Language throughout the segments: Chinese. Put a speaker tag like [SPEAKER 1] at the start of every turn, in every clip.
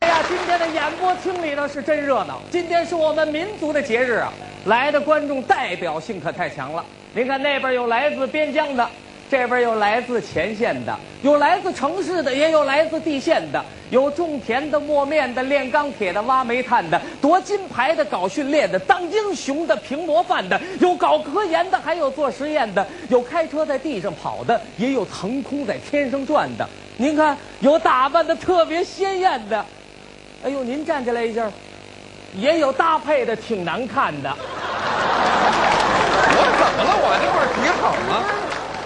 [SPEAKER 1] 哎天的演播厅里头是真热闹，今天是我们民族的节日啊，来的观众代表性可太强了。您看那边有来自边疆的，这边有来自前线的，有来自城市的，也有来自地县的，有种田的、磨面的、炼钢铁的、挖煤炭的，夺金牌的、搞训练的、当英雄的、平模范的，有搞科研的，还有做实验的，有开车在地上跑的，也有腾空在天上转的。您看，有打扮的特别鲜艳的，哎呦，您站起来一下，也有搭配的挺难看的。
[SPEAKER 2] 我怎么了？我这块儿挺好啊，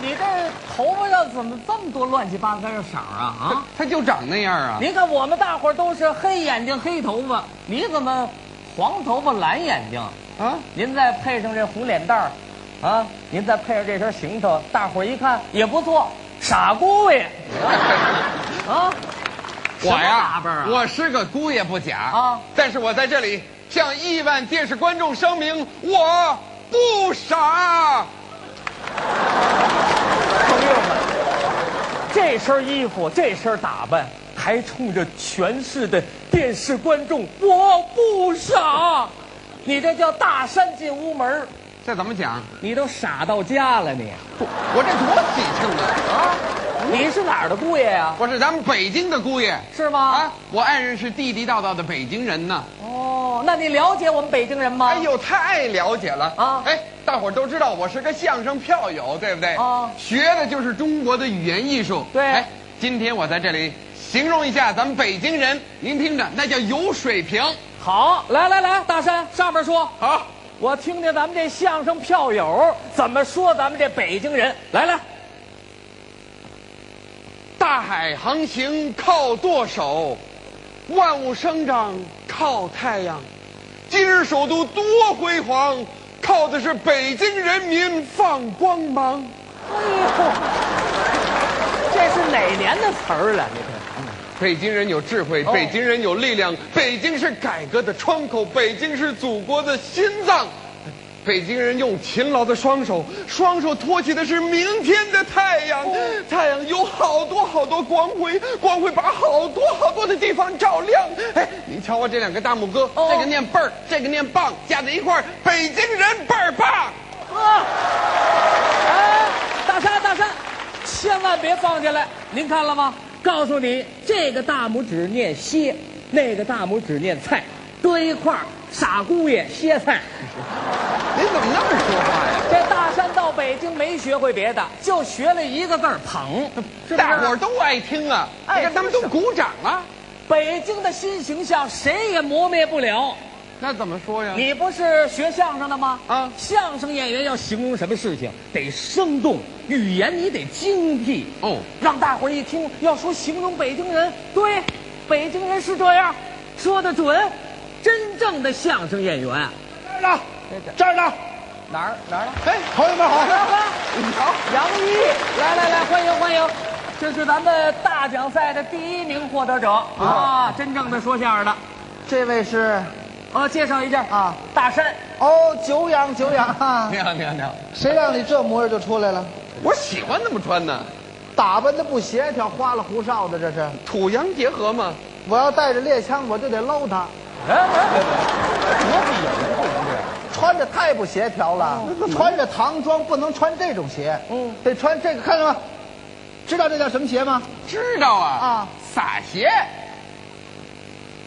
[SPEAKER 1] 你这头发上怎么这么多乱七八糟的色儿啊？ 啊！
[SPEAKER 2] 他就长那样啊。
[SPEAKER 1] 您看我们大伙儿都是黑眼睛、黑头发，你怎么黄头发、蓝眼睛？
[SPEAKER 2] 啊，
[SPEAKER 1] 您再配上这红脸蛋儿，啊，您再配上这身行头，大伙儿一看也不错，傻姑爷啊！
[SPEAKER 2] 我
[SPEAKER 1] 什
[SPEAKER 2] 呀
[SPEAKER 1] 么打扮啊，
[SPEAKER 2] 我是个姑爷不假
[SPEAKER 1] 啊
[SPEAKER 2] 啊，但是我在这里向亿万电视观众声明，我不傻。
[SPEAKER 1] 朋友们，这身衣服，这身打扮，还冲着全市的电视观众，我不傻。你这叫大山进屋门儿
[SPEAKER 2] 这怎么讲？
[SPEAKER 1] 你都傻到家了你，
[SPEAKER 2] 我这多喜庆啊！
[SPEAKER 1] 你是哪儿的姑爷呀、
[SPEAKER 2] 我是咱们北京的姑爷
[SPEAKER 1] 是吗？
[SPEAKER 2] 啊，我爱人是地地道道的北京人呢。
[SPEAKER 1] 哦，那你了解我们北京人吗？
[SPEAKER 2] 哎，呦，太了解了
[SPEAKER 1] 啊
[SPEAKER 2] 啊！哎，大伙儿都知道我是个相声票友，对不对？
[SPEAKER 1] 啊
[SPEAKER 2] 学的就是中国的语言艺术。
[SPEAKER 1] 对
[SPEAKER 2] 哎，今天我在这里形容一下咱们北京人，您听着，那叫有水平。
[SPEAKER 1] 好，来来来，大山上面说，
[SPEAKER 2] 好，
[SPEAKER 1] 我听听咱们这相声票友怎么说咱们这北京人。来来，
[SPEAKER 2] 大海航行靠舵手，万物生长靠太阳。今日首都多辉煌，靠的是北京人民放光芒。
[SPEAKER 1] 哎呦，这是哪年的词儿了？你看。
[SPEAKER 2] 北京人有智慧，
[SPEAKER 1] 哦
[SPEAKER 2] 北京人有力量，北京是改革的窗口，北京是祖国的心脏。北京人用勤劳的双手，双手托起的是明天的太阳，太阳有好多好多光辉，光辉把好多好多的地方照亮。哎，您瞧我这两个大拇哥，
[SPEAKER 1] 哦
[SPEAKER 2] 这个念倍儿，这个念棒，加在一块儿，北京人倍儿棒。
[SPEAKER 1] 啊！哎，大山大山，千万别放下来！您看了吗？告诉你，这个大拇指念歇，那个大拇指念菜，搁一块儿，傻姑爷歇菜。
[SPEAKER 2] 您怎么那么说话呀？
[SPEAKER 1] 这大山到北京没学会别的，就学了一个字儿捧，是不是
[SPEAKER 2] 大伙儿都爱听啊，你
[SPEAKER 1] 爱
[SPEAKER 2] 看他们都
[SPEAKER 1] 听什
[SPEAKER 2] 鼓掌啊。
[SPEAKER 1] 北京的新形象谁也磨灭不了。
[SPEAKER 2] 那怎么说呀？
[SPEAKER 1] 你不是学相声的吗？
[SPEAKER 2] 啊
[SPEAKER 1] 相声演员要形容什么事情，得生动，语言你得精辟。
[SPEAKER 2] 哦
[SPEAKER 1] 让大伙儿一听，要说形容北京人，对，北京人是这样，说的准。真正的相声演员
[SPEAKER 3] 这儿呢，这儿呢，
[SPEAKER 1] 哪儿哪 儿呢？
[SPEAKER 2] 哎，
[SPEAKER 3] 朋友们好。
[SPEAKER 2] 你瞧。
[SPEAKER 1] 杨毅，来来来，欢迎欢迎，这是咱们大奖赛的第一名获得者啊，真正的说相声的。
[SPEAKER 3] 这位是
[SPEAKER 1] 我介绍一下
[SPEAKER 3] 啊，
[SPEAKER 1] 大山，
[SPEAKER 3] 哦，久仰久仰啊！
[SPEAKER 2] 你好，你好，你好。
[SPEAKER 3] 谁让你这模样就出来了？
[SPEAKER 2] 我喜欢那么穿呢，
[SPEAKER 3] 打扮的不协调，花里胡哨的，这是。
[SPEAKER 2] 土洋结合嘛。
[SPEAKER 3] 我要带着猎枪，我就得搂他。
[SPEAKER 1] 哎
[SPEAKER 3] 穿着太不协调了，穿着唐装不能穿这种鞋，嗯，得穿这个，看见吗？知道这叫什么鞋吗？
[SPEAKER 2] 知道啊
[SPEAKER 3] 啊，
[SPEAKER 2] 撒鞋。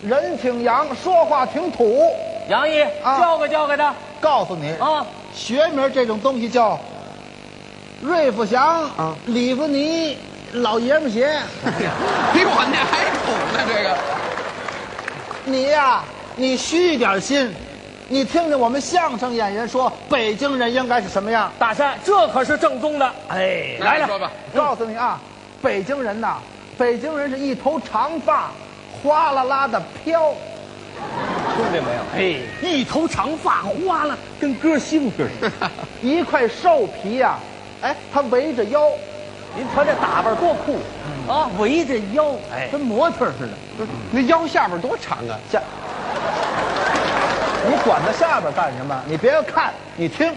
[SPEAKER 3] 人挺洋，说话挺土。
[SPEAKER 1] 杨毅，
[SPEAKER 3] 啊
[SPEAKER 1] 教给教给他
[SPEAKER 3] 告诉你，
[SPEAKER 1] 啊。
[SPEAKER 3] 学名这种东西叫瑞富祥、
[SPEAKER 2] 啊
[SPEAKER 3] 李福尼老爷们鞋。
[SPEAKER 2] 比我那还土呢，这个。
[SPEAKER 3] 你呀、你虚一点心，你听听我们相声演员说北京人应该是什么样。
[SPEAKER 1] 大山，这可是正宗的。哎，
[SPEAKER 2] 那
[SPEAKER 1] 来
[SPEAKER 2] 你
[SPEAKER 1] 了，
[SPEAKER 2] 说吧，
[SPEAKER 3] 告诉你啊，北京人呐，北京人是一头长发，哗啦啦的飘。
[SPEAKER 1] 听见没有？哎，一头长发花了，跟歌星似的。
[SPEAKER 3] 一块兽皮呀、哎，他围着腰，
[SPEAKER 1] 您瞧这打扮多酷啊！围着腰，哎，跟模特似的。
[SPEAKER 2] 那腰下边多长啊？
[SPEAKER 3] 下，你管他下边干什么？你别看，你听，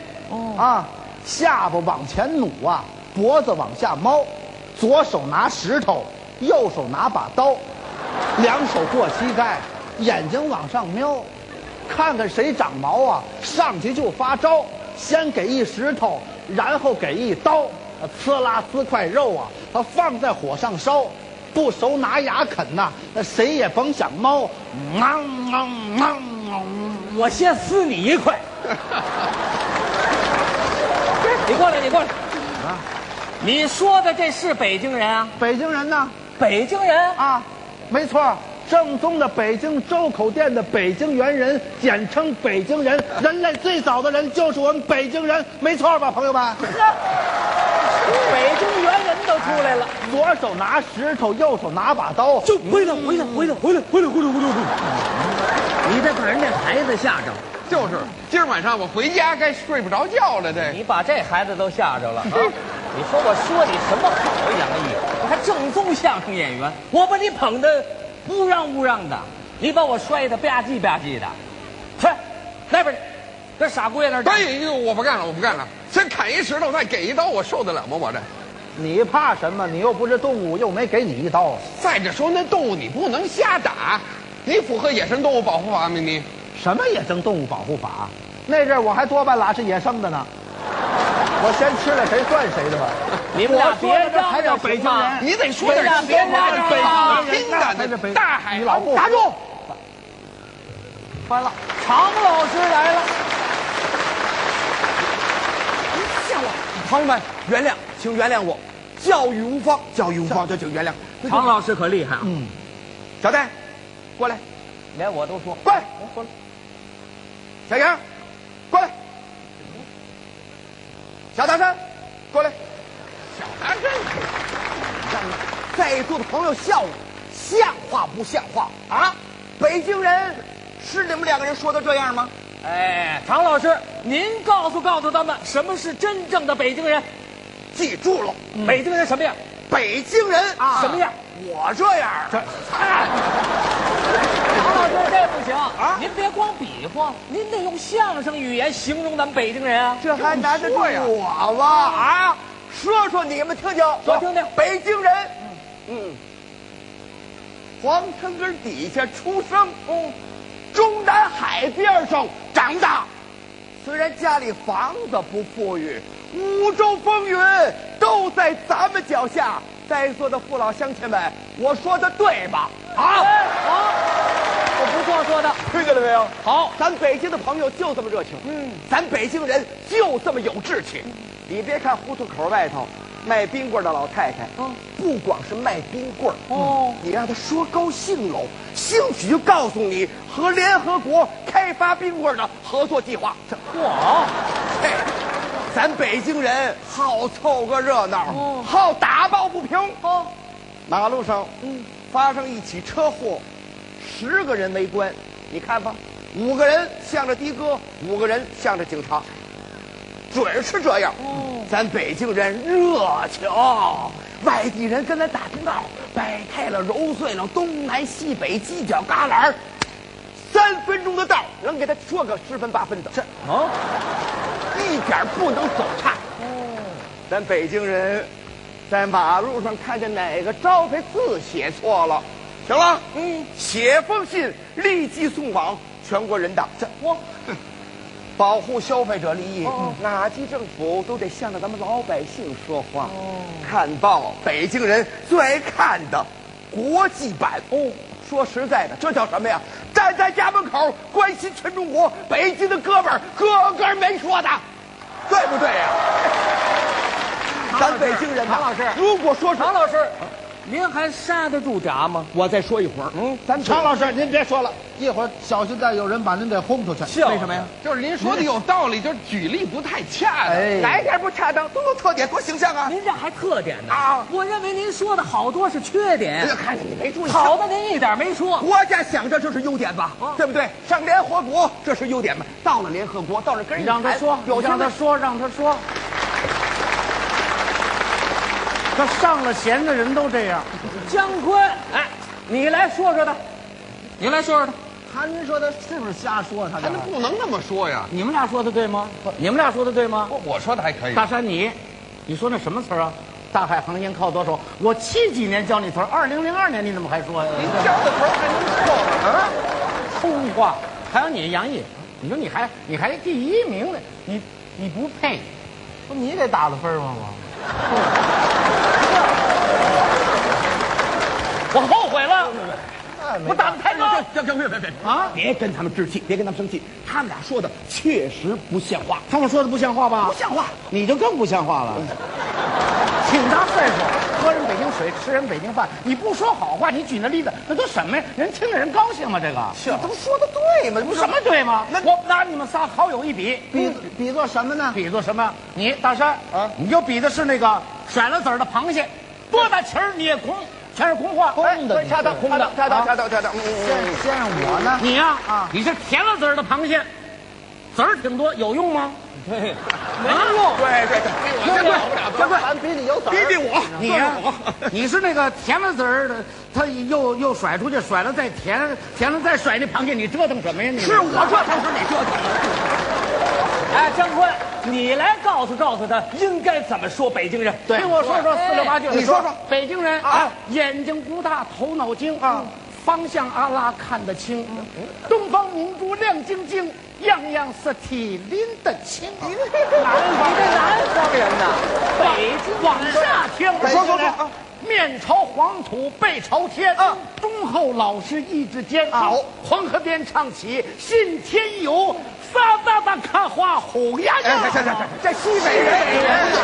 [SPEAKER 3] 啊，下巴往前努啊，脖子往下猫，左手拿石头，右手拿把刀，两手过膝盖，眼睛往上瞄，看看谁长毛啊，上去就发招，先给一石头，然后给一刀，呃呲啦呲块肉啊，它放在火上烧，不熟拿牙啃呐、那谁也甭想猫，嗷嗷嗷嗷
[SPEAKER 1] 我先撕你一块。 你过来，你过来。啊你说的这是北京人啊？
[SPEAKER 3] 北京人呢？
[SPEAKER 1] 北京人
[SPEAKER 3] 啊，没错儿，正宗的北京周口店的北京猿人，简称北京人。人类最早的人就是我们北京人，没错儿吧，朋友们？
[SPEAKER 1] 北京猿人都出来了。
[SPEAKER 3] 左手拿石头，右手拿把刀，
[SPEAKER 1] 就回来，回来，回来，回来，回来，回来，回来，回来。你再把人家孩子吓着，
[SPEAKER 2] 就是今儿晚上我回家该睡不着觉了，这
[SPEAKER 1] 你把这孩子都吓着了啊！你说我说你什么好啊，杨毅？我还正宗相声演员，我把你捧得乌嚷乌嚷的，你把我摔得吧唧吧唧的。去，那边去，跟傻姑爷那儿去。
[SPEAKER 2] 哎呦，我不干了，我不干了！先砍一石头，再给一刀，我受得了吗？我这。
[SPEAKER 3] 你怕什么？你又不是动物，又没给你一刀。
[SPEAKER 2] 再者说，那动物你不能瞎打，你符合野生动物保护法吗？你
[SPEAKER 3] 什么野生动物保护法？那阵儿我还多半拉是野生的呢。我先吃了谁算谁的吧。
[SPEAKER 1] 你们俩
[SPEAKER 3] 我说
[SPEAKER 1] 别
[SPEAKER 3] 的这
[SPEAKER 1] 嚷
[SPEAKER 3] 才叫
[SPEAKER 1] 嚷
[SPEAKER 3] 北京
[SPEAKER 1] 行吗
[SPEAKER 3] 人。
[SPEAKER 2] 你得说点儿
[SPEAKER 1] 别嚷
[SPEAKER 2] 话
[SPEAKER 1] 嚷
[SPEAKER 2] 北
[SPEAKER 1] 啊
[SPEAKER 2] 京
[SPEAKER 3] 那才
[SPEAKER 2] 人
[SPEAKER 3] 是
[SPEAKER 2] 哎听
[SPEAKER 3] 北
[SPEAKER 2] 的，大海
[SPEAKER 3] 你老不
[SPEAKER 2] 打住！
[SPEAKER 3] 完了，
[SPEAKER 1] 常老师来了，
[SPEAKER 4] 朋友们，原谅，请原谅我，教育无方，教育无方，这请原谅。
[SPEAKER 1] 常老师可厉害啊！
[SPEAKER 4] 小戴，过来，
[SPEAKER 1] 连我都说，
[SPEAKER 4] 过来，小杨，过来，小唐山，过来，
[SPEAKER 2] 啊这
[SPEAKER 4] 在座的朋友笑我，像话不像话啊？北京人是你们两个人说的这样吗？
[SPEAKER 1] 哎，常老师，您告诉告诉他们，什么是真正的北京人？
[SPEAKER 4] 记住了，
[SPEAKER 1] 北京人什么样？
[SPEAKER 4] 北京人啊，
[SPEAKER 1] 什么样？
[SPEAKER 4] 我这样儿，
[SPEAKER 1] 哎，常老师这不行啊
[SPEAKER 4] 啊！
[SPEAKER 1] 您别光比划，您得用相声语言形容咱们北京人啊！
[SPEAKER 4] 这还难得住我吗？啊，说说你们听听，
[SPEAKER 1] 我听听
[SPEAKER 4] 北京人，嗯，皇城根底下出生，嗯，中南海边上长大。虽然家里房子不富裕，五洲风云都在咱们脚下。在座的父老乡亲们，我说的对吧？啊，
[SPEAKER 1] 哎，好，我不错说的，
[SPEAKER 4] 听见了没有？
[SPEAKER 1] 好，
[SPEAKER 4] 咱北京的朋友就这么热情，嗯，咱北京人就这么有志气。
[SPEAKER 1] 嗯
[SPEAKER 4] 你别看胡同口外头卖冰棍儿的老太太，
[SPEAKER 1] 嗯
[SPEAKER 4] 不光是卖冰棍儿
[SPEAKER 1] 哦
[SPEAKER 4] 你让她说高兴喽，兴许就告诉你和联合国开发冰棍儿的合作计划。
[SPEAKER 1] 我
[SPEAKER 4] 嘿，咱北京人好凑个热闹，
[SPEAKER 1] 哦
[SPEAKER 4] 好打抱不平。
[SPEAKER 1] 哦，
[SPEAKER 4] 马路上，
[SPEAKER 1] 嗯
[SPEAKER 4] 发生一起车祸，十个人围观，你看吧，五个人向着的哥，五个人向着警察，准是这样。
[SPEAKER 1] 哦
[SPEAKER 4] 咱北京人热情，外地人跟咱打听道，摆开了揉碎了东南西北犄角旮旯儿，三分钟的道儿能给他说个十分八分的，这
[SPEAKER 1] 啊，
[SPEAKER 4] 一点儿不能走差。咱北京人在马路上看见哪个招牌字写错了，行了，嗯，写封信立即送往全国人大。这
[SPEAKER 1] 我
[SPEAKER 4] 保护消费者利益，嗯
[SPEAKER 1] 哦
[SPEAKER 4] 哪级政府都得向着咱们老百姓说话。看报，北京人最爱看的国际版。哦，说实在的，这叫什么呀？站在家门口关心全中国，北京的哥们儿个个没说的，对不对呀、咱北京人呐，
[SPEAKER 1] 唐老师
[SPEAKER 4] 如果说是
[SPEAKER 1] 常老师，您还刹得住闸吗？
[SPEAKER 4] 我再说一会儿，嗯，咱们
[SPEAKER 3] 常老师，您别说了，一会儿小心再有人把您给轰出去。
[SPEAKER 1] 为什么呀？
[SPEAKER 2] 就是您说的有道理，就是举例不太恰当。
[SPEAKER 3] 哎，
[SPEAKER 4] 哪一点不恰当，都有特点，多形象啊！
[SPEAKER 1] 哎您这还特点呢
[SPEAKER 4] 啊
[SPEAKER 1] 我认为您说的好多是缺点
[SPEAKER 4] 哎呀，看见你没注意，
[SPEAKER 1] 好的您一点没说。
[SPEAKER 4] 国家想着这是优点吧，
[SPEAKER 1] 啊
[SPEAKER 4] 对不对？上联合国这是优点吧？到了联合国，到了跟人
[SPEAKER 1] 让
[SPEAKER 3] 哎
[SPEAKER 1] 他
[SPEAKER 4] 谈
[SPEAKER 1] 说，
[SPEAKER 4] 有
[SPEAKER 1] 让
[SPEAKER 4] 钱
[SPEAKER 1] 他
[SPEAKER 4] 的
[SPEAKER 1] 说，让他说。
[SPEAKER 3] 这上了弦的人都这样。
[SPEAKER 1] 姜昆，哎，你来说说他，你来说说他，
[SPEAKER 3] 他您说他是不是瞎说？他
[SPEAKER 2] 他那不能那么说呀。
[SPEAKER 1] 你们俩说的对吗？你们俩说的对吗？
[SPEAKER 2] 我我说的还可以。
[SPEAKER 5] 大山你，你说那什么词儿啊？大海航行靠左手。我七几年教你词儿，二零零二年你怎么还说呀？
[SPEAKER 2] 您教的词儿还能错吗？啊？
[SPEAKER 5] 空话。还有你杨毅，你说你还你还第一名呢，你你不配。
[SPEAKER 3] 不你给打了分吗？我。
[SPEAKER 1] 我后悔了，哎我打的太高。
[SPEAKER 2] 别别别别别！
[SPEAKER 4] 别跟他们置气，别跟他们生气，他们俩说的确实不像话，
[SPEAKER 3] 他们说的不像话吧
[SPEAKER 4] 不？像话。
[SPEAKER 3] 你就更不像话了。
[SPEAKER 5] 挺大岁数，喝人北京水，吃人北京饭，你不说好话，你举那例子，那都什么呀？人听着人高兴吗？这个
[SPEAKER 3] 啊
[SPEAKER 4] 这都说的对吗？
[SPEAKER 5] 什么对吗？我拿你们仨好友一比，
[SPEAKER 3] 比比作什么呢？
[SPEAKER 5] 比作什么？你大山啊，你就比的是那个甩了籽儿的螃蟹，多大气儿你也空，全是空啊话。
[SPEAKER 3] 空的，
[SPEAKER 4] 插到
[SPEAKER 3] 你
[SPEAKER 4] 空的，插到插到插到。
[SPEAKER 3] 先先让我呢？
[SPEAKER 5] 你呀
[SPEAKER 3] 啊
[SPEAKER 5] 你是甜了籽儿的螃蟹，籽儿挺多，有用吗？没用。
[SPEAKER 4] 对对对，
[SPEAKER 5] 先跪，先跪。
[SPEAKER 3] 咱比你有胆
[SPEAKER 2] 别
[SPEAKER 3] 儿。
[SPEAKER 2] 逼我！
[SPEAKER 5] 你呀、你是那个甜了籽儿的，他又又甩出去，甩了再甜，甜了再甩那螃蟹，你折腾什么呀？你
[SPEAKER 4] 是我这才是你这
[SPEAKER 1] 哎，张坤，你来告诉告诉他应该怎么说北京人。
[SPEAKER 5] 对听我说说四六八句，
[SPEAKER 2] 你说说
[SPEAKER 5] 北京人
[SPEAKER 4] 啊
[SPEAKER 5] 啊，眼睛不大，头脑精啊，方向阿拉看得清，东方明珠亮晶晶，样样色体拎得清。你这南方人，
[SPEAKER 1] 南方人呐，北京
[SPEAKER 5] 往下听，
[SPEAKER 2] 说说说啊
[SPEAKER 5] 面朝黄土背朝天，啊，忠厚老实意志坚。好，啊黄河边唱起信天游，撒大大看花红呀呀。
[SPEAKER 2] 哎，行行行，
[SPEAKER 4] 这西北人，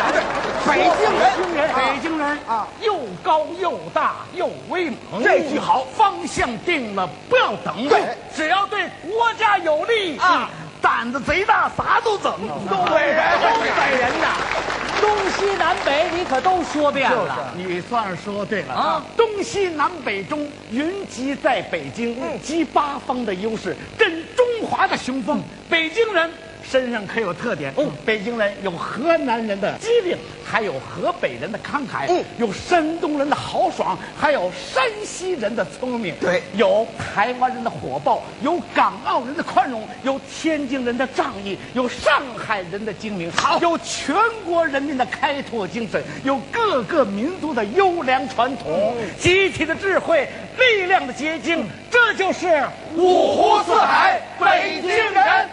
[SPEAKER 4] 北京人，
[SPEAKER 5] 北京人，北京人啊，又高又大又威猛。
[SPEAKER 4] 这句好，
[SPEAKER 5] 方向定了，不要等。对，只要对国家有利啊，胆子贼大，啥都整。
[SPEAKER 1] 东北人，东北人呐， 东西南北你可都说遍了。
[SPEAKER 5] 你算是说对了
[SPEAKER 1] 啊
[SPEAKER 5] 啊！东西南北中，云集在北京，集八方的优势，振中华的雄风。北京人身上可有特点，嗯，北京人有河南人的机灵，还有河北人的慷慨，嗯，有山东人的豪爽，还有山西人的聪明，
[SPEAKER 4] 对
[SPEAKER 5] 有台湾人的火爆，有港澳人的宽容，有天津人的仗义，有上海人的精明，好，有全国人民的开拓精神，有各个民族的优良传统，集体的智慧，力量的结晶，这就是五湖四海北京人。